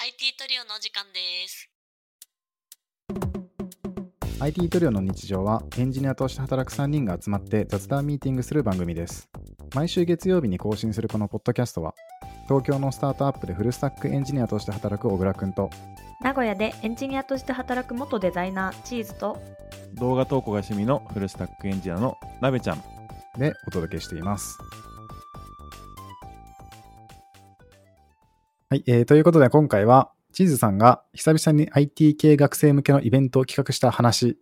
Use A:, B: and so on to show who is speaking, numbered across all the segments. A: IT トリオのお時間です。
B: IT トリオの日常はエンジニアとして働く3人が集まって雑談ミーティングする番組です毎週月曜日に更新するこのポッドキャストは東京のスタートアップでフルスタックエンジニアとして働く小倉くんと
C: 名古屋でエンジニアとして働く元デザイナーチーズと
D: 動画投稿が趣味のフルスタックエンジニアのなべちゃん
B: でお届けしていますはい、えーということで今回はチーズさんが久々に IT 系学生向けのイベントを企画した話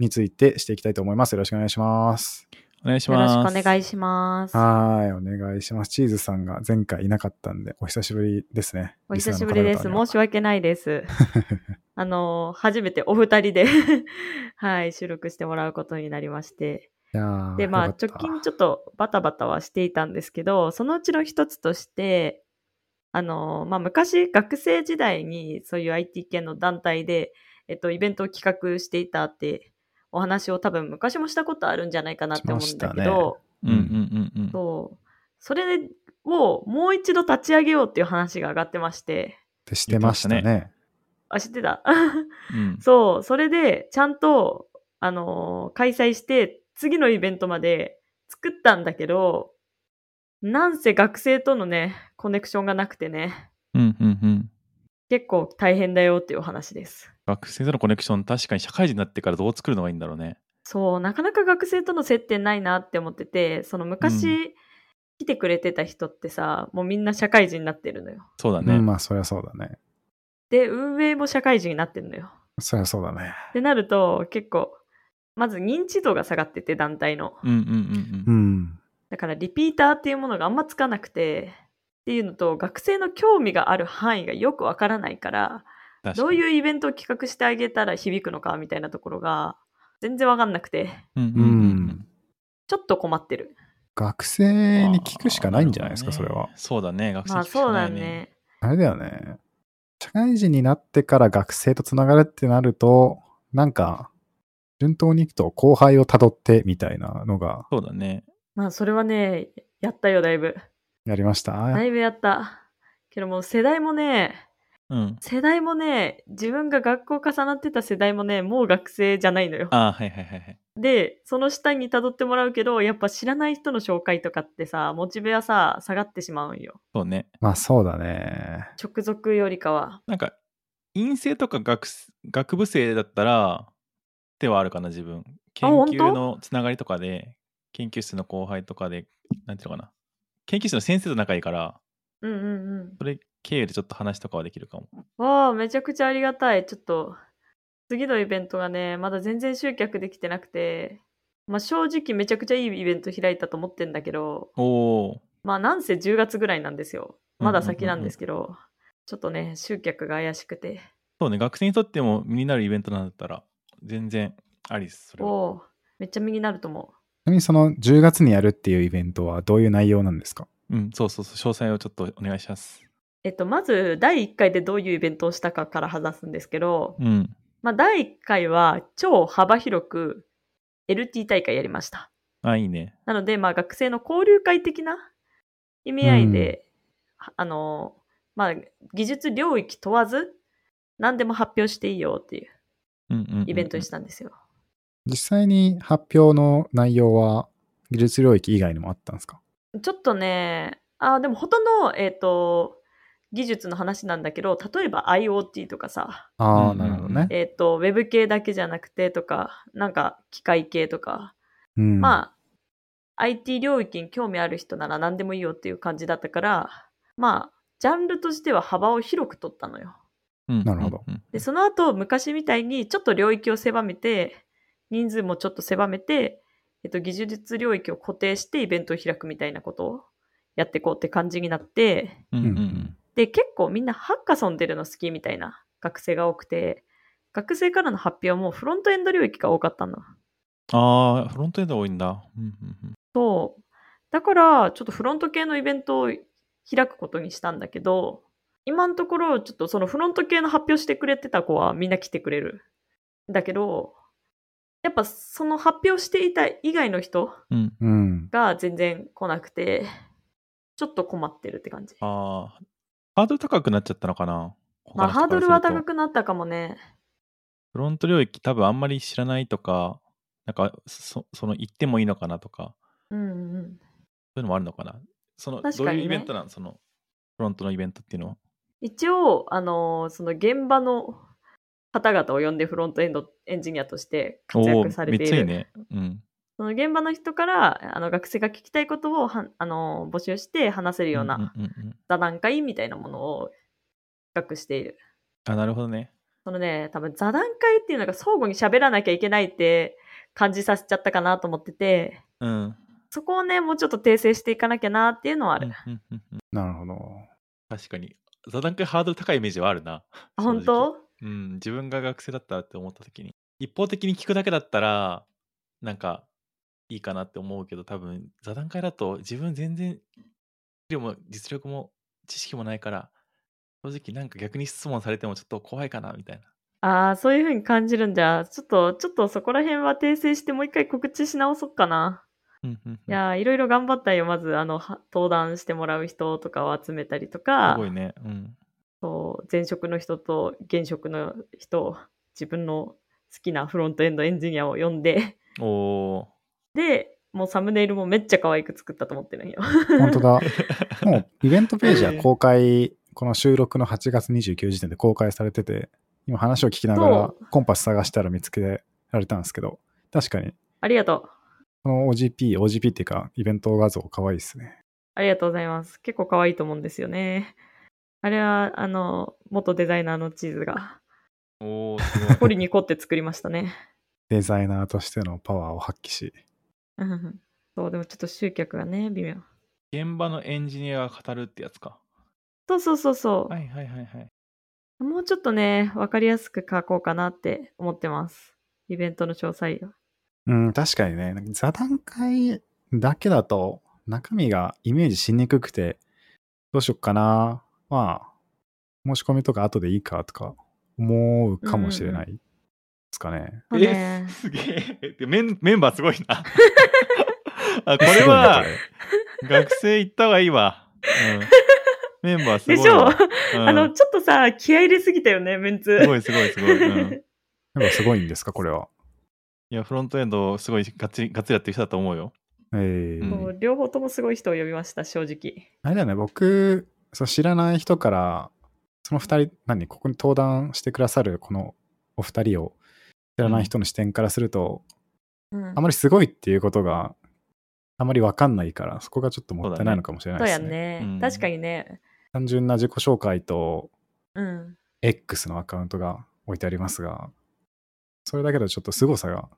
B: についてしていきたいと思いますよろしくお願いします
D: お願いし
C: よ
D: ま
C: ろ
D: す
C: しくお願いします。
B: はーい、お願いします。チーズさんが前回いなかったんで、お久しぶりですね。
C: お久しぶりです。申し訳ないです。あの、初めてお二人で、 はい、収録してもらうことになりまして。
B: 訳
C: で、まあ、直近ちょっとバタバタはしていたんですけど、そのうちの一つとして、あの、まあ、昔学生時代にそういう IT 系の団体で、えっと、イベントを企画していたって、お話を多分昔もしたことあるんじゃないかなって思うんだ
B: し
C: け
B: ました
C: ど、
B: ね
D: うんうんうんうん
C: そう。それをもう一度立ち上げようっていう話が上がってまして。
B: ってしてましたね。
C: あ、知ってた
D: うん
C: そう。それで、ちゃんと、あのー開催して、次のイベントまで作ったんだけど、なんせ学生とのね、コネクションがなくてね、
D: うんうんうん
C: 結構大変だよっていうお話です。
D: 学生とのコネクション確かに社会人になってからどう作るのがいいんだろうね
C: そう、なかなか学生との接点ないなって思ってて、その昔、
D: う
C: 来てくれてた人ってさ、もうみんな社会人になってるのよ。
D: そうだ
B: う
D: ね、
B: ん、まあ、そりゃそうだね。
C: で、運営も社会人になってるのよ。
B: そりゃそうだね。
C: ってなると結構まず認知度が下がってて団体の
D: うんうんうん
B: う
D: うん
B: ん。
C: だからリピーターっていうものがあんまつかなくてっていうのと学生の興味がある範囲がよくわからないから
D: 確か
C: どう
D: に
C: いうイベントを企画してあげたら響くのかみたいなところが全然わかんなくて
D: うん
B: う。
D: うんんうん
C: ちょっと困ってる
B: 学生に聞くしかないんじゃないですか、
D: あー
B: それは
D: るほどね。そうだね学生
C: まあ
D: に聞くし
C: そ
D: か
C: う
D: な
C: だ
D: い
C: ね
B: あれだよね。社会人になってから学生とつながるってなると、なんか、順当に行くと後輩をたどってみたいなのが
D: そうだね
C: まあそれはねやったよだいぶ
B: やりました。
C: だいぶやったけどもう世代もね
D: うん
C: 世代もね自分が学校重なってた世代もねもう学生じゃないのよ
D: ああはいはいはいはい
C: で、その下に辿ってもらうけど、やっぱ知らない人の紹介とかってさ、モチベはさ、下がってしまうんよ。
D: そうね
B: まあ、そうだね。
C: 直属よりかは。
D: なんか院生とか学す学部生だったらではあるかな自分研
C: 本当
D: 究のつながりとかで研究室の後輩とかでなんていうのかな研究室の先生と仲いいから
C: うんうんうん
D: それ経由でちょっと話とかはできるかも。
C: わあ、めちゃくちゃありがたい。ちょっと、次のイベントがね、まだ全然集客できてなくて、まあ正直めちゃくちゃいいイベント開いたと思ってんだけど、
D: おお
C: まあなんせ10月ぐらいなんですよ。まだ先なんです
D: け
C: けど、ちょっとね、集客が怪しくて。
D: ど、そうね学生にとっても身になるイベントなんだったら全然ありですそれ
C: お
D: は
C: お、めっちゃ身になると思う。
B: ちなみにその10月にやるっていうイベントはどういう内容なんですか
D: うんそうそうそう詳細をちょっとお願いします
C: えっと、まず第1回でどういうイベントをしたかから話すんですけど、
D: うん
C: まあ、第1回は超幅広く LT 大会やりました。
D: あいいね
C: なので、まあ、学生の交流会的な意味合いで、あの、まあ、技術領域問わず、何でも発表していいよっていう
D: うんうんうんうん
C: イベントにしたんですよ。
B: 実際に発表の内容は技術領域以外にもあったんですか
C: ちょっとね、あ、でもほとんど、えっ、と、技術の話なんだけど、例えば IoT とかさ、
B: ああ、
D: うん
B: なるほどね。
C: えっ、と、ウェブ系だけじゃなくてとか、なんか機械系とか、
B: うん、
C: まあ、IT 領域に興味ある人なら何でもいいよっていう感じだったから、まあ、ジャンルとしては幅を広く取ったのよ。
D: うん
B: なるほど
D: うん
C: で、その後、昔みたいにちょっと領域を狭めて、人数もちょっと狭めて、えっと、技術領域を固定してイベントを開くみたいなことをやっていこうって感じになって、
D: うんうんうん
C: で、結構みんなハッカソン出るの好きみたいな学生が多くて、学生からの発表もフロントエンド領域が多かったの。
D: ああ、フロントエンド多いんだ。うんうん
C: そう。だから、ちょっとフロント系のイベントを開くことにしたんだけど、今のところ、ちょっとそのフロント系の発表してくれてた子はみんな来てくれる。だけど、やっぱその発表していた以外の人
D: うんうん、
B: うん。
C: が全然来なくて、ちょっと困ってるって感じ。
D: ああ、ハードル高くなっちゃったのかな。
C: まあ、ハードルは高
D: く
C: くなったかもね。
D: フロント領域多分あんまり知らないとか、なんかそその行ってもいいのかなとか、
C: うんうん。
D: そういうのもあるのかな。その
C: 確
D: ど
C: か
D: う
C: にね
D: いうイベントなのそのフロントのイベントっていうのは。
C: 一応、あのーその現場の方々を呼んでフロントエンドエンジニアとして活
D: おお
C: 躍さ
D: ー、
C: れ
D: め
C: て
D: っ
C: い
D: ちゃい
C: る。
D: いね。うん。
C: その現場の人からあの学生が聞きたいことをはんあのー募集して話せるような
D: うんうんうんうん
C: 座談会みたいなものを企画している。
D: あ、なるほどね。
C: そのね、多分座談会っていうのが相互に喋らなきゃいけないって感じさせちゃったかなと思ってて、
D: うん。
C: そこをね、もうちょっと訂正していかなきゃなっていうのはある。
D: うんうんうんうん
B: なるほど。
D: 確かに。座談会ハードル高いイメージはあるな。
C: あ本
D: 正直
C: 当
D: うん、自分が学生だったらって思った時に一方的に聞くだけだったらなんかいいかなって思うけど多分座談会だと自分全然量も実力も知識もないから正直なんか逆に質問されてもちょっと怖いかなみたいな
C: ああ、そういう風に感じるんじゃ、ちょっと、ちょっとそこら辺は訂正してもう一回告知し直そうかな。
D: うんうんうん
C: いやー、いろいろ頑張ったよ。まず、あの、は登壇してもらう人とかを集めたりとか
D: すご、いねうん
C: そう前職の人と現職の人、自分の好きなフロントエンドエンジニアを呼んで、
D: おお
C: で、もうサムネイルもめっちゃ可愛く作ったと思ってるんよ。
B: 本当だ。 もうイベントページは公開、この収録の8月29時点で公開されてて、今話を聞きながら
C: そ
B: コンパス探したら見つけられたんですけど、確かに、
C: ありがとう。
B: この OGP、OGP っていうか、イベント画像可愛いですね。
C: ありがとうございます。結構可愛いと思うんですよね。あれは、あの、元デザイナーのチーズが、
D: ーおおす
C: 凝
D: ごい
C: りに凝って作りましたね。
B: デザイナーとしてのパワーを発揮し、
C: うんそう、でもちょっと集客がね、微妙。
D: 現場のエンジニアが語るってやつか
C: そうそうそうそう。
D: はいはいはいはい
C: もうちょっとね、わかりやすく書こうかなって思ってます。イベントの詳細を。
B: うん、確かにね、なんか座談会だけだと中身がイメージしにくくて、どうしよっかな、まあ、申し込みとか後でいいかとか思うかもしれないですかね。
C: そうね
D: え、すげえ。でメンメンバーすごい な。あこれは
B: すごいね
D: 学生行った方がいいわ。 うん、メンバーすごい
C: でしょ
D: わ。
C: う、
D: うん
C: あの、ちょっとさ、気合い入れすぎたよね、メンツ。
D: すごいすごいすごい。う ん、い
B: やっぱすごいんですか、これは。
D: や、フロントエンドすごいガッツリガッツリやってる人だと思うよ。
B: えー
D: うん
C: そう両方ともすごい人を呼びました、正直。
B: あれだよね、僕、そう知らない人から、その二人、何、ここに登壇してくださるこのお二人を、知らない人の視点からすると、
C: うん
B: あまりすごいっていうことがあまりわかんないから、そこがちょっともったいないのかもしれない
C: そう
B: で
C: や
B: すね。
C: ね、
D: うん
C: 確かにね。
B: 単純な自己紹介と
C: うん。
B: X のアカウントが置いてありますが、それだけだとちょっと凄さが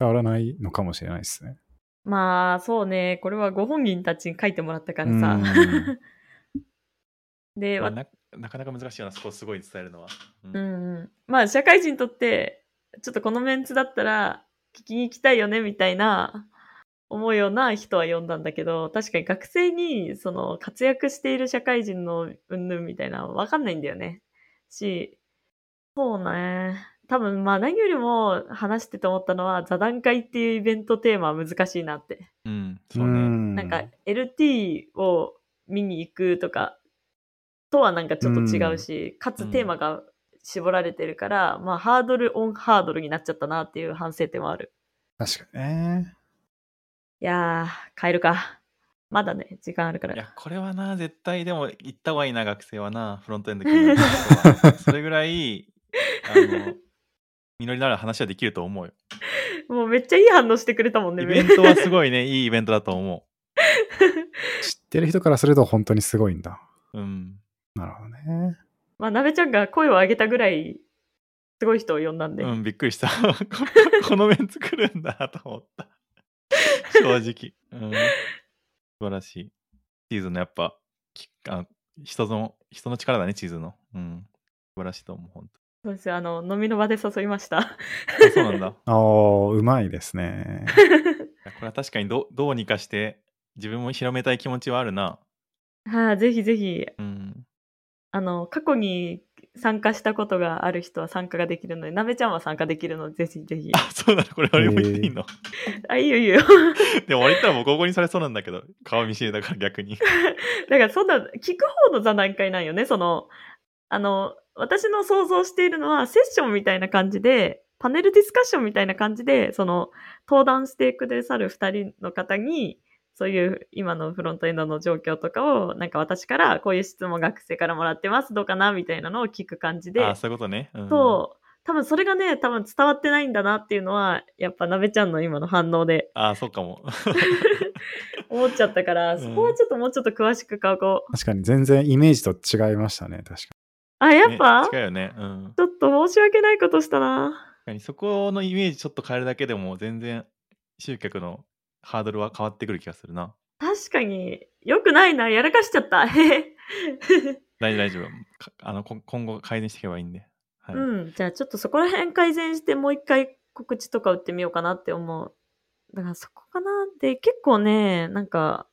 B: 伝わらないのかもしれないですね。
C: まあ、そうね。これはご本人たちに書いてもらったからさ。
B: うん
C: で、
D: まあ
C: わ
D: ななかなか難しいよな、そこすごい伝えるのは。うん
C: うんうん。まあ、社会人にとって、ちょっとこのメンツだったら、聞きに行きたいよね、みたいな、思うような人は呼んだんだけど、確かに学生に、その、活躍している社会人の云々みたいな、わかんないんだよね。し、そうね。多分、まあ、何よりも話してて思ったのは、座談会っていうイベントテーマは難しいなって。
D: うん、
B: う
D: そうね。
B: ん
C: なんか LT を見に行くとかとはなんかちょっと違うし、かつテーマが絞られてるから、まあハードルオンハードルになっちゃったなっていう反省点もある。
B: 確かにね。
C: いやー、変えるか。まだね、時間あるか
D: いや
C: ら。、
D: これはな、絶対でも行った方がいいな、学生はな、フロントエンド 興味ある人はそれぐらい、あの、実りのある話はできると思うよ。
C: もうめっちゃいい反応してくれたもんね、
D: イベントはすごいね、いいイベントだと思
B: 知ってる人からすると本当にすごいんだ。
D: う。うん。
B: なるほどね。
C: まあ、なべちゃんが声を上げたぐらい、すごい人を呼んだんで。
D: うん、びっくりした。 ここのメンツ来るんだと思った。正直。うん。素晴らしい。チーズのやっぱ、きあ人の、人の力だね、チーズの。うん。素晴らしいと思う、本
C: そうですよ、あの、飲みの場で誘いました。
D: 当。あそうなんだ。い
B: ああ、うまいですね。
D: やこれは確かにどどうにかして、自分も広めたい気持ちはあるな。
C: はあ、ぜひぜひ、
D: うん。
C: あの、過去に参加したことがある人は参加ができるので、なべちゃんは参加できるので、ぜひぜひ。
D: あ、そうなのこれ俺も言っていいの、
C: あ、いいよいいよ。
D: でも俺言ったらもう高校にされそうなんだけど、顔見知りだから逆に。
C: だからそんな、聞く方の座談会なんよね、その、あの、私の想像しているのは、セッションみたいな感じで、パネルディスカッションみたいな感じで、その、登壇してくださる二人の方に、そういう今のフロントエンドの状況とかを、なんか私からこういう質問学生からもらってます、どうかなみたいなのを聞く感じで、
D: ああ、そういうことね。うん、
C: そう、多分それがね、多分伝わってないんだなっていうのは、やっぱなべちゃんの今の反応で
D: ああ、そうかも。
C: 思っちゃったから、
D: うん
C: そこはちょっともうちょっと詳しく書こう。
B: 確かに全然イメージと違いましたね、確かに。
C: あ、やっぱ、
D: ね、近いよね。うん。
C: ちょっと申し訳ないことしたな。
D: 確かにそこのイメージちょっと変えるだけでも全然集客のハードルは変わってくる気がするな。
C: 確かに、良くないな、やらかしちゃった。へへ。
D: 大丈夫 大丈夫。かあのこ今後改善していけばいいんで。はい。
C: うん、じゃあちょっとそこら辺改善してもう一回告知とか打ってみようかなって思う。だからそこかなで、結構ね、なんか、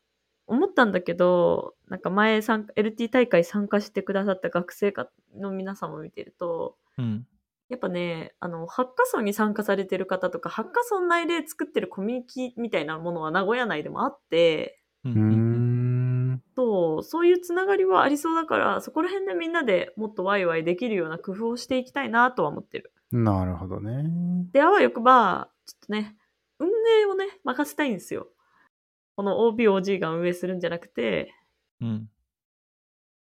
C: 思ったんだけど、なんか前参加、LT 大会参加してくださった学生かの皆様を見てると、
D: うん。
C: やっぱね、あの、ハッカソンに参加されてる方とか、ハッカソン内で作ってるコミュニティみたいなものは名古屋内でもあって、
D: う
B: うーん。
C: そう、そういうつながりはありそうだから、そこら辺でみんなでもっとワイワイできるような工夫をしていきたいなとは思ってる。
B: なるほどね。
C: で、あわよくば、ちょっとね、運営をね、任せたいんですよ。この OB、OG が運営するんじゃなくて、
D: うん。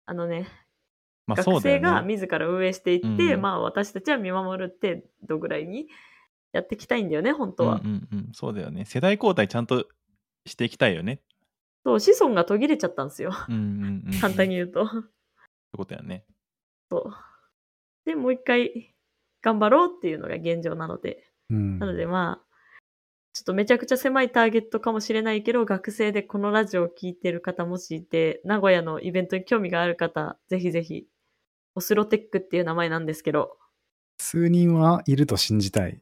C: あのね、
D: まあそ
C: 学生
D: うだ
C: が
D: よね。
C: 自ら運営していって、
D: うん
C: まあ私たちは見守る程度ぐらいにやっていきたいんだよね、本当は。
D: うんうんうん、そうだよね。世代交代ちゃんとしていきたい よね。
C: そう、子孫が途切れちゃったんですよ。
D: うんうんうん、
C: 簡単に言
D: っ
C: うと。
D: てことやね。
C: そう。で、もう一回頑張ろうっていうのが現状なので。
B: うん
C: なのでまあ、ちょっとめちゃくちゃ狭いターゲットかもしれないけど、学生でこのラジオを聞いてる方もしいて、名古屋のイベントに興味がある方、ぜひぜひ、オスロテックっていう名前なんですけど、
B: 数人はいると信じたい。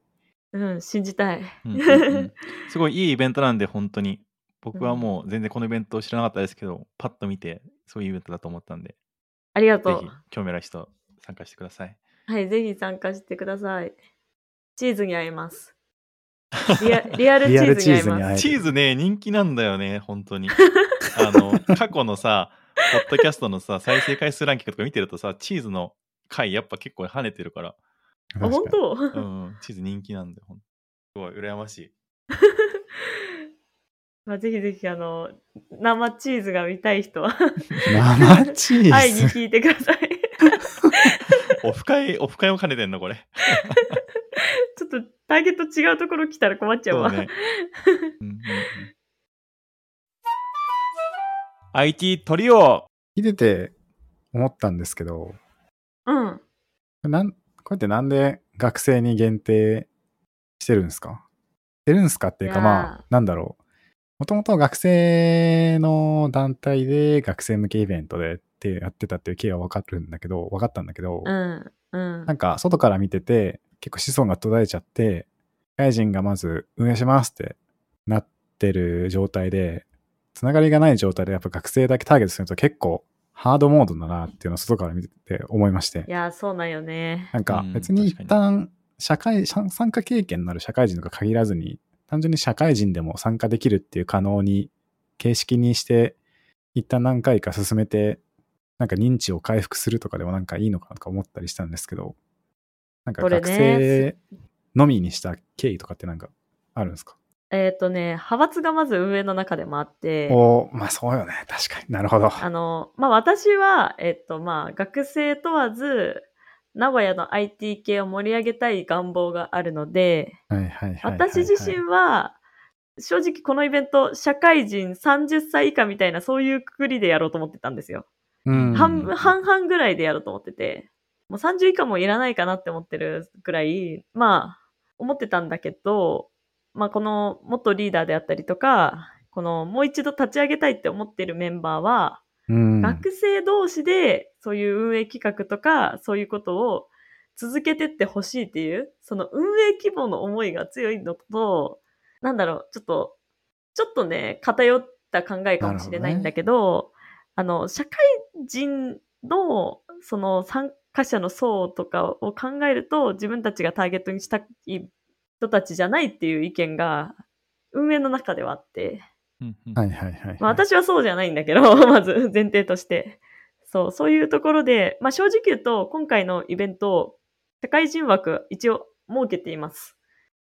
C: うん、信じたい。
D: うんうんうん すごいいいイベントなんで、本当に。僕はもう全然このイベントを知らなかったですけど、パッと見て、そういうイベントだと思ったんで、
C: ありがと
D: ぜ
C: う
D: ひ。興味ある人、参加してください。
C: はい、ぜひ参加してください。チーズに会えます。リア リアルチ
B: リアル
C: ーズ
B: チ
C: に
B: ー
C: 会え
B: ズに
C: ます。
B: 会える。
D: チーズね、人気なんだよね、本当に。あの、過去のさ、ポッドキャストのさ、再生回数ランキングとか見てるとさ、チーズの回、やっぱ結構跳ねてるから、
C: あ、本
B: 確かに
C: 当、
D: うん、チーズ人気なんだよ、ほんとすごい、羨ましい。
C: まあ、ぜひぜひ、あの、生チーズが見たい人は、
B: 生チ
C: 会いに
B: ーズ。
C: 聞いてください。
D: オフ会、オフ会を兼ねてんの、これ。
C: ちょっとターゲット違うところ来たら困っちゃうわ。
D: そうねうんうんうん IT トリオ
B: 聞いてて思ったんですけど、
C: うん。
B: なんこうやってなんで学生に限定してるんですかしてるんですかっていうか
C: いやー
B: まあ、なんだろう。もともと学生の団体で学生向けイベントでってやってたっていう経緯は分かるんだけど、分かったんだけど、
C: うん。うん
B: なんか外から見てて、結構子孫が途絶えちゃって、社会人がまず運営しますってなってる状態で、つながりがない状態でやっぱ学生だけターゲットすると結構ハードモードだなっていうのを外から見てて思いまして
C: い。やー、そうなんよね。
B: なんか
D: うん
B: 別に一旦社会、参参加経験のある社会人とか限らずに、単純に社会人でも参加できるっていう可能に、形式にして、一旦何回か進めて、なんか認知を回復するとかでもなんかいいのかなとか思ったりしたんですけど、なんか
C: これ
B: 学
C: ね
B: 生のみにした経緯とかってなんかあるんですか、
C: えっ、とね、派閥がまず運営の中でもあって、
B: おーまあそうよね。確かになるほど。
C: あの、まあ、私は、えっ、と、まあ、学生問わず、名古屋の IT 系を盛り上げたい願望があるので、
B: はいはいはいはい、
C: 私自身は、正直このイベント、社会人30歳以下みたいな、そういうくくりでやろうと思ってたんですよ。
B: うん、
C: 半分、半々ぐらいでやろうと思ってて、もう30以下もいらないかなって思ってるぐらい、まあ、思ってたんだけど、まあ、この元リーダーであったりとか、このもう一度立ち上げたいって思ってるメンバーは、
B: うん、
C: 学生同士でそういう運営企画とか、そういうことを続けてってほしいっていう、その運営規模の思いが強いのと、なんだろう、ちょっと、ちょっとね、偏った考えかもしれないんだけど、あの、社会人のその参加者の層とかを考えると、自分たちがターゲットにしたい人たちじゃないっていう意見が、運営の中ではあって、
D: うんうん
B: はいはいはい、はい。
C: まあ、私はそうじゃないんだけど、まず前提として。そう、そういうところで、まあ、正直言うと、今回のイベント、社会人枠、一応設けています。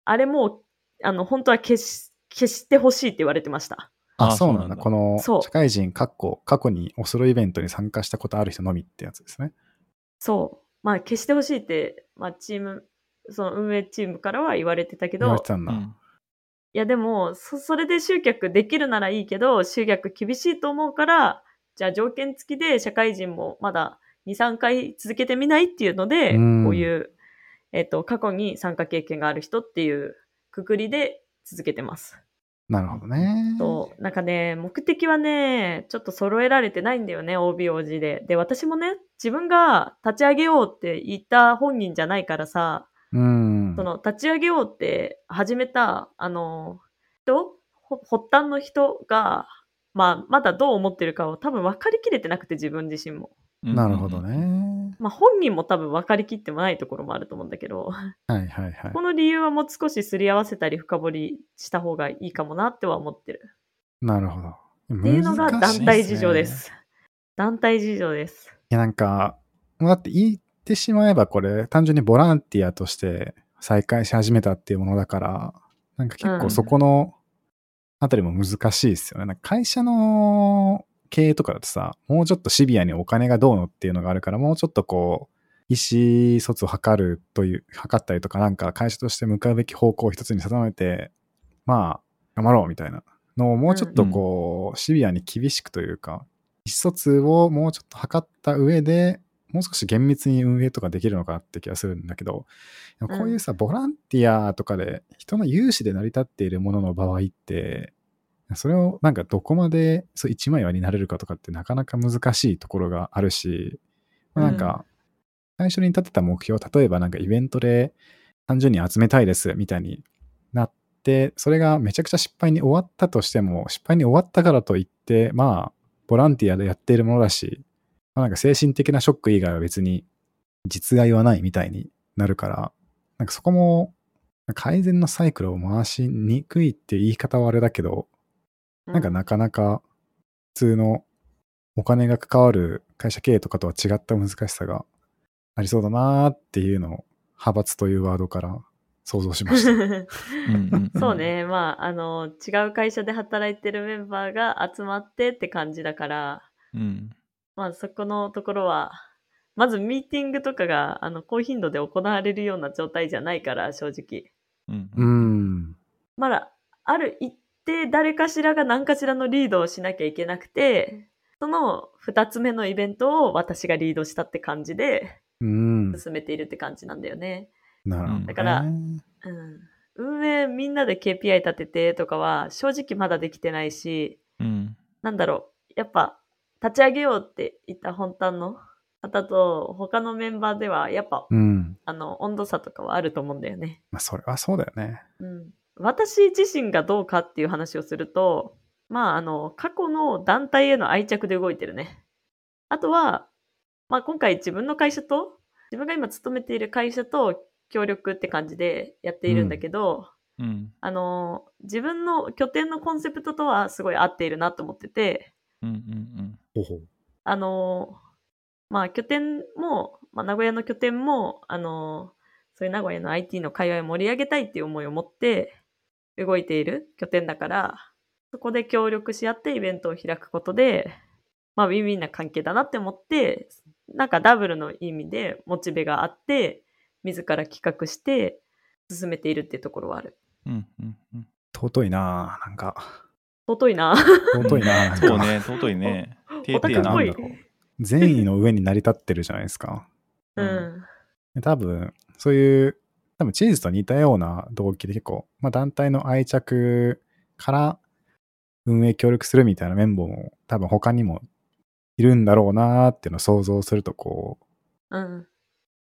C: あれも、あの、本当は消し、消してほしいって言われてました。
B: あ、
D: あ
B: そう
D: そ
B: な
D: うんな
B: だ。
D: んだ
B: この、
C: そう
B: 社会人、かっこ過去にオスロイベントに参加したことある人のみってやつですね。
C: そう。まあ、消してほしいって、まあ、チーム、その運営チームからは言われてたけ
B: 言われ
C: ど
B: て、たんだ。
D: うん
C: いや、でも、そ、それで集客できるならいいけど、集客厳しいと思うから、じゃあ条件付きで社会人もまだ2、3回続けてみないっていうので、
B: うん
C: こういう、えっと、過去に参加経験がある人っていうくくりで続けてます。
B: なるほどね。
C: そう、なんかね、目的はね、ちょっと揃えられてないんだよね、OB、OG で。で、私もね、自分が立ち上げようって言った本人じゃないからさ、
B: うん。
C: その、立ち上げようって始めた、あの、人、ほ発端の人が、まあ、まだどう思ってるかを多分分かりきれてなくて、自分自身も。
D: うん
B: なるほど。ね。
C: まあ、本人も多分分かりきってもないところもあると思うんだけど、
B: はいはいはい
C: こ。の理由はもう少しすり合わせたり深掘りした方がいいかもなっては思ってる。
B: なるほど。っ
C: っていうのが団体事情で
B: い
C: す。団体事情です。
B: や、なんか、だって言ってしまえばこれ、単純にボランティアとして再開し始めたっていうものだから、なんか結構そこのあたりも難しいですよね。なんか会社の経営とかだとさ、もうちょっとシビアにお金がどうのっていうのがあるから、もうちょっとこう、意思疎通を図るという、図ったりとか、なんか会社として向かうべき方向を一つに定めて、まあ、頑張ろうみたいなのをもうちょっとこう、シビアに厳しくというか、意思疎通をもうちょっと図った上で、もう少し厳密に運営とかできるのかなって気がするんだけど、でもこういうさ、ボランティアとかで人の有志で成り立っているものの場合って、それをなんかどこまでそう一枚岩になれるかとかってなかなか難しいところがあるし、まあなんか最初に立てた目標、例えばなんかイベントで30人集めたいですみたいになって、それがめちゃくちゃ失敗に終わったとしても、失敗に終わったからといって、まあ、ボランティアでやっているものだし、まあ、なんか精神的なショック以外は別に実害はないみたいになるから、なんかそこも改善のサイクルを回しにくいって言い方はあれだけど、
C: う
B: なんかなかなか普通のお金が関わる会社経営とかとは違った難しさがありそうだなーっていうのを派閥というワードから想像しま した。
D: うんうんん
C: そう。ね、まあ、あの、違う会社で働いてるメンバーが集まってって感じだから、
D: うん。
C: まあ、そこのところは、まずミーティングとかが、あの、高頻度で行われるような状態じゃないから、正直。
D: うん
B: う。ん。
C: まだ、ある一定、誰かしらが何かしらのリードをしなきゃいけなくて、その二つ目のイベントを私がリードしたって感じで
B: うん。
C: 進めているって感じなんだよね。
B: なるほど、ね。
C: だからうん運営みんなで KPI 立ててとかは正直まだできてないし、
D: うん。
C: なんだろう、やっぱ立ち上げようって言った本端の方と他のメンバーではやっぱ、
B: うん。
C: あの温度差とかはあると思うんだよね。
B: まあ、それはそうだよね。
C: うん、私自身がどうかっていう話をすると、まああの過去の団体への愛着で動いてるね。あとは、まあ今回自分の会社と、自分が今勤めている会社と協力って感じでやっているんだけど、
D: うん。
C: あの自分の拠点のコンセプトとはすごい合っているなと思ってて、
D: うん。うん。
B: ほうほう。
C: あのまあ、拠点も、まあ、名古屋の拠点も、あのそういう名古屋の IT の界隈を盛り上げたいっていう思いを持って動いている拠点だから、そこで協力し合ってイベントを開くことで、まあ、ウィンウィンな関係だなって思って、なんかダブルの意味でモチベがあって、自ら企画して進めているっていうところはある。
D: うん。うん。うん。
B: 尊いなーなんか。
C: 尊い な。
B: 尊いなーなんか。
D: そうね、尊いね。
C: オタクっぽい
B: 丁寧なんだ。善意の上に成り立ってるじゃないですか。
C: う
D: うん
C: ん。
B: で多分、そういう、多分チーズと似たような動機で結構、まあ団体の愛着から運営協力するみたいなメンバーも多分他にもいるんだろうなーっていうのを想像するとこう、
C: うん。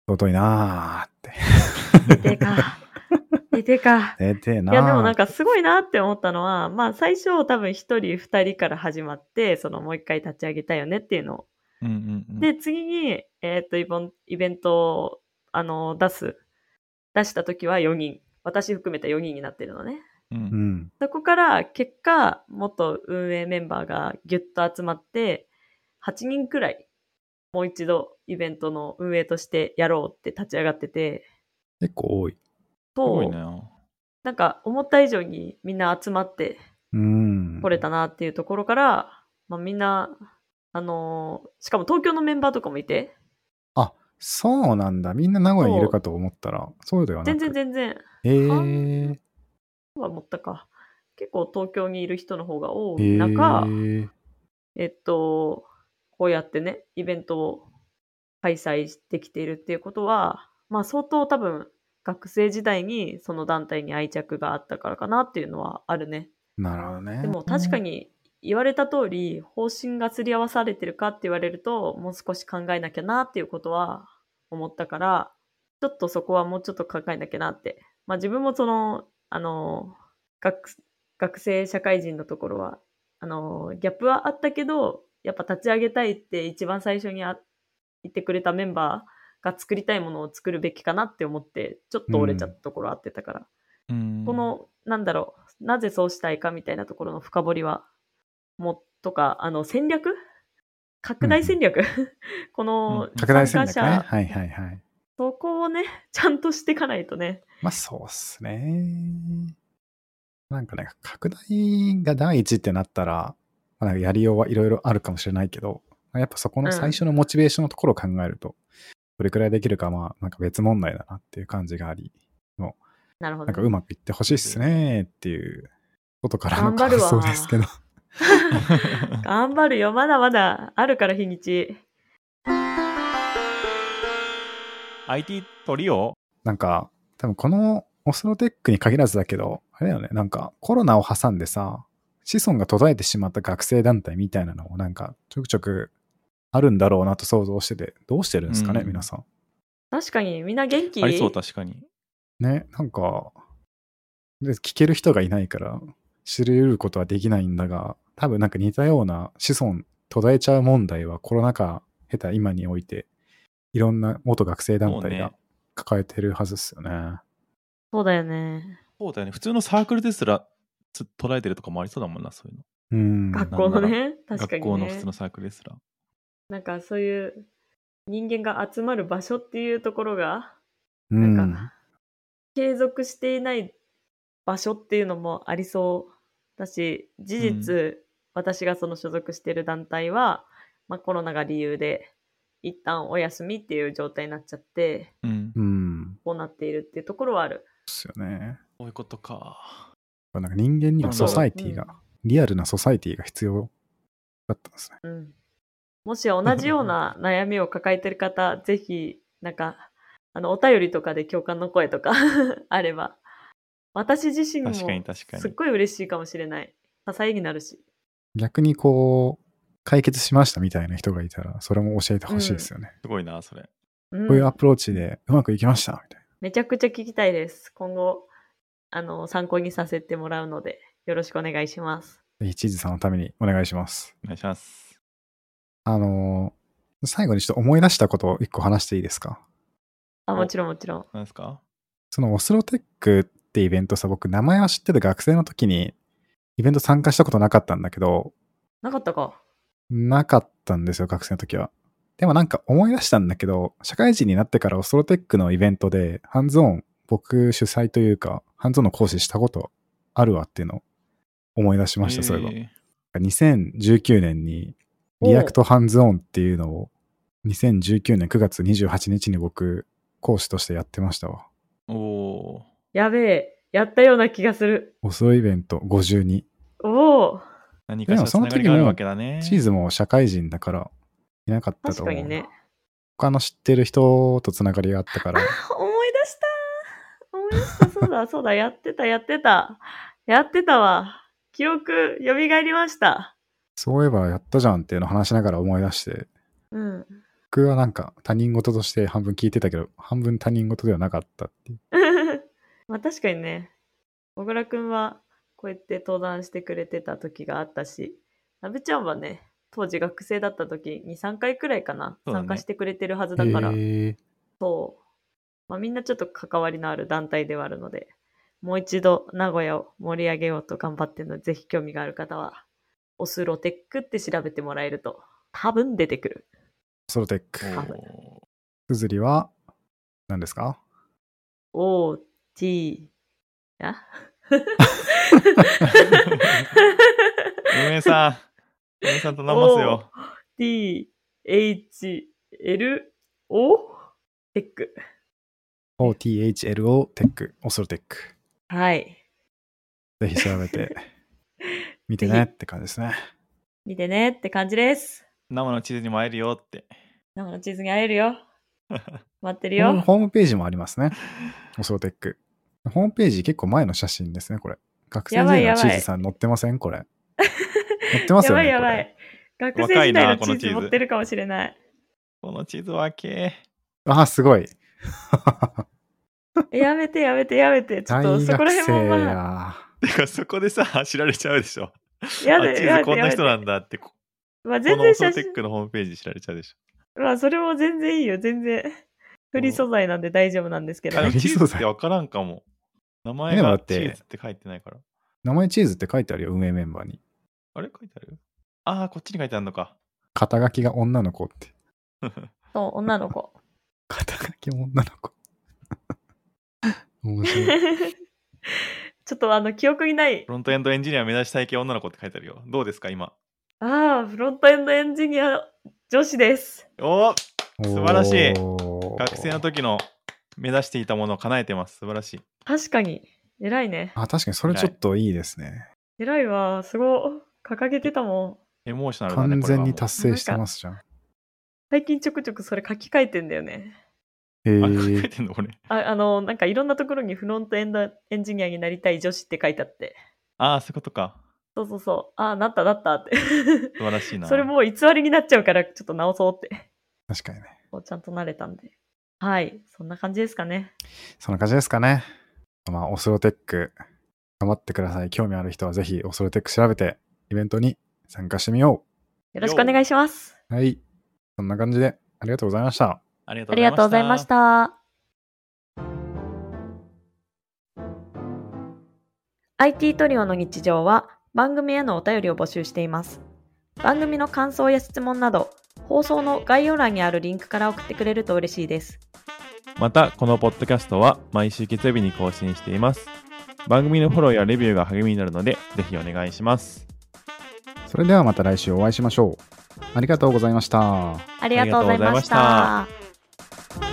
B: 尊いなーって。
C: で か。ででか。
B: えてえ
C: い
B: なー
C: や、でもなんかすごいなって思ったのは、まあ最初多分一人二人から始まって、そのもう一回立ち上げたよねっていうのを。
D: うんうんうん。
C: で、次に、えーっと、イボンイベントを、あの、出す。出した時は4人。私含めた4人になってるのね。
D: う、
B: うんん。
C: そこから結果、元運営メンバーがギュッと集まって、8人くらいもう一度イベントの運営としてやろうって立ち上がってて、
E: 結構多い。
D: す
C: そ、
D: ごいうね。
C: なんか思った以上にみんな集まって
B: うん。
C: 来れたなっていうところから、まあ、みんな、あのーしかも東京のメンバーとかもいて、
B: そうなんだ。みんな名古屋にいるかと思ったら、そうではなく
C: 全然全然、
B: へえ。
C: は持ったか。結構東京にいる人の方が多い
B: へえ
C: 中、えっと、こうやってね、イベントを開催できているっていうことは、まあ相当多分学生時代にその団体に愛着があったからかなっていうのはあるね。
B: なるほどね。
C: でも確かに言われた通り方針がすり合わされてるかって言われるともう少し考えなきゃなっていうことは思ったからちょっとそこはもうちょっと考えなきゃなってまあ自分もそのあの学学生社会人のところはあのギャップはあったけどやっぱ立ち上げたいって一番最初にあ言ってくれたメンバーが作りたいものを作るべきかなって思ってちょっと折れちゃったところあってたから、
D: うん
C: こ、 の、なんだろう、なぜそうしたいかみたいなところの深掘りは、も、とか、あの、戦略拡大戦略、 この、
D: うん
B: 拡大戦略ね。
C: 参加者
B: はいはいはい。
C: そこをね、ちゃんとしていかないとね。
B: まあそうっすね。なんかね、拡大が第一ってなったら、まあ、なんかやりようはいろいろあるかもしれないけど、まあやっぱそこの最初のモチベーションのところを考えると、どれくらいできるかまあなんか別問題だなっていう感じがあり、
C: なる
B: な
C: ほど
B: んか。うまくいってほしいっすねっていうことからの
C: 頑
B: 感
C: 張るわ
B: 想ですけど。
C: 頑張るよ。まだまだあるから、日にち。
D: IT トリオ
B: なんか、多分このオスロテックに限らずだけど、あれだよね、なんかコロナを挟んでさ、子孫が途絶えてしまった学生団体みたいなのもなんかちょくちょくあるんだろうなと想像してて、どうしてるんですかね、
D: うん
B: 皆さん。
C: 確かに、みんな元気
D: ありそう、確かに。
B: ね、なんか、で聞ける人がいないから知り得ることはできないんだが、多分なんか似たような子孫途絶えちゃう問題はコロナ禍下手今において、いろんな元学生団
D: そう
B: 体
D: ね
B: が抱えてるはずですよね
C: そうだよね。
D: そうだよね。普通のサークルですらつ捉えてるとかもありそうだもんな、そういうの。
B: うん。
C: 学校のね、確か
D: 学
C: に、ね。
D: 校の普通のサークルですら。
C: なんかそういう、人間が集まる場所っていうところが、
B: う
C: なん
B: ん
C: か、継続していない場所っていうのもありそうだし、事実、私がその所属している団体は、まあ、コロナが理由で、一旦お休みっていう状態になっちゃって、
D: うん。
B: うん。
C: こうなっているっていうところはある。
B: ですよね。
D: そういうことか。
B: なんか人間には
D: そ
B: ソ
D: う
B: サイティが、リアルなソサイティが必要だったんですね。
C: うん。うんもし同じよう な悩みを抱えている方、ぜひ、なんか、あの、お便りとかで共感の声とか あれば、私自身も
D: 確かに確か
C: すっ
D: に。
C: ごい嬉しいかもしれない。支えになるし。
B: 逆にこう、解決しましたみたいな人がいたら、それも教えてほしいですよね。
D: すごいな、それ。
C: うん
B: こういうアプローチでうまくいきましたみたい
C: めちゃくちゃ聞きたいです。今後、あの、参考にさせてもらうので、よろしくお願いします。
B: な。一時さんのためにお願いします。
D: お願いします。
B: あのー最後にちょっと思い出したことを一個話していいですか
C: あ、
D: お
C: もちろんもちろん。
D: 何ですか
B: そのオスロテックってイベントさ、僕名前は知ってた学生の時にイベント参加したことなかったんだけど、
C: なかったか。
B: なかったんですよ、学生の時は。でもなんか思い出したんだけど、社会人になってからオストロテックのイベントで、ハンズオン、僕主催というか、ハンズオンの講師したことあるわっていうのを思い出しました、そういえば。
D: え
B: 2019年に、
C: おう
B: リアクトハンズオンっていうのを、2019年9月28日に僕、講師としてやってましたわ。
D: ば。おー。
C: やべえ、やったような気がする。
B: オスロイベント52。
C: おお、
D: 何かしらつながりがあるわけだね。
B: チーズも社会人だから、いなかったと
C: 確
B: 思
C: か
B: う。
C: にね。
B: 他の知ってる人とつながりがあったから、
C: 思い出した思い出した。そうだ、そうだ、やってた、やってた。やってたわ。記憶、蘇りました。
B: そういえばやったじゃんっていうのを話しながら思い出して、
C: うん。
B: 僕はなんか他人事として半分聞いてたけど、半分他人事ではなかったっていう。
C: まあ確かにね、小倉くんはこうやって登壇してくれてた時があったし、なぶちゃんはね、当時学生だった時に3回くらいかな、
D: そうだ
C: 参
D: ね
C: 加してくれてるはずだから、
B: へー
C: そう。まあみんなちょっと関わりのある団体ではあるので、もう一度名古屋を盛り上げようと頑張ってるので、ぜひ興味がある方は、オスロテックって調べてもらえると、多分出てくる。
B: ソロテック。
C: はい
D: おー
B: すずりは何ですか
C: OT。あ
D: 梅さん、梅さん頼ますよ。
C: T、H、L、O? テック。
B: OTHLO テック、オソロテック。
C: はい。
B: ぜひ調べ て見てねって感じですね。
C: 見てねって感じです。
D: 生の地図にも会えるよって。
C: 生のチーズに会えるよ。待ってる
B: ホーム
C: よ。
B: ホームページもありますね。オソロテック。ホームページ結構前の写真ですね、これ。学生時代
C: や
B: の
C: ばい
B: チ
C: やばい
B: ーズさん載ってませんこれ。載ってますよね。
C: やばい
B: こ
C: や
B: れ
C: ばい。学生
D: これ
C: 時代
D: 若いな
C: の
D: こ
C: チ
D: の
C: ーズ
D: チーズ
C: 持ってるかもしれない。
D: この地図はけ。
B: ああ、すごい。
C: えやめてやめてやめて。ちょっ
B: 大
C: とそこら
B: 学
C: 辺も
B: 生
C: まあ、
B: や。
D: てか、そこでさ、 知られちゃうでしょ。
C: や
D: あ
C: だ
D: 地
C: よや
D: 図
C: だ
D: こ
C: よ
D: ん
C: や
D: な
C: だ
D: 人
C: よ。
D: なんだって、こ
C: まあ
D: こ
C: 全
D: のオ
C: 然
D: ソ
C: 写
D: テ
C: 真
D: ッ、クのホームページ知られちゃうでし
C: まあそれも全然いいよ。全然。フリー素材なんで大丈夫なんですけ
D: ょ。
C: ど
D: あ
B: はい
D: で
C: ね。
D: も地図ってわからんかも。名前
B: でもだ
D: が
B: っ
D: チ
B: て
D: ーズって書いてないから。
B: 名前チーズって書いてあるよ、運営メンバーに。
D: あれ書いてあるああ、こっちに書いてあるのか。
B: 肩書きが女の子って。
C: そう、女の子。
B: 肩書き女の子。面 白い。
C: ちょっとあの、記憶にない
D: フ。ロントエンドエンジニアを目指したい系女の子って書いてあるよ。どうですか、今。
C: ああ、フロントエンドエンジニア女子です。
D: おー素晴らしい
B: おー
D: 学生の時の目指していたものを叶えてます。素晴らしい。
C: 確かに。偉いね。
B: あ、確かにそれちょっといいですね。
C: 偉いわ。すごい。掲げてたもん。
D: エモーショナルだね。
B: 完全に
D: こ
B: 達成してますじゃん。
C: 最近ちょくちょくそれ書き換えてんだよね。
B: え
D: れはもうあ、書い
B: ー、
D: てんのこれ。
C: ああの、なんかいろんなところにフロントエンドエンジニアになりたい女子って書いてあって。
D: ああ、そういうことか。
C: そうそうそう。ああ、なったなったって。
D: 素晴らしいな。
C: それもう偽りになっちゃうから、ちょっと直そうって。
B: 確かにね。
C: もうちゃんと慣れたんで。はい。そんな感じですかね。
B: そんな感じですかね。まあ、オスロテック、頑張ってください。興味ある人はぜひオスロテック調べて、イベントに参加してみよ
C: よろしくお願いします。
B: う。はい。そんな感じで、ありがとうございました。
D: ありが
C: ありがとうございまし。た。IT トリオの日常は番組へのお便りを募集しています。番組の感想や質問など、放送の概要欄にあるリンクから送ってくれると嬉しいです。
D: また、このポッドキャストは毎週月曜日に更新しています。番組のフォローやレビューが励みになるので、ぜひお願いします。
B: それではまた来週お会いしましょう。ありがとうございました。
C: ありがとうございました。
D: ありがとうございました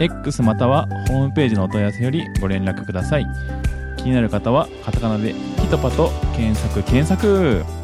D: X またはホームページのお問い合わせよりご連絡ください。気になる方はカタカナでピトパと検索検索。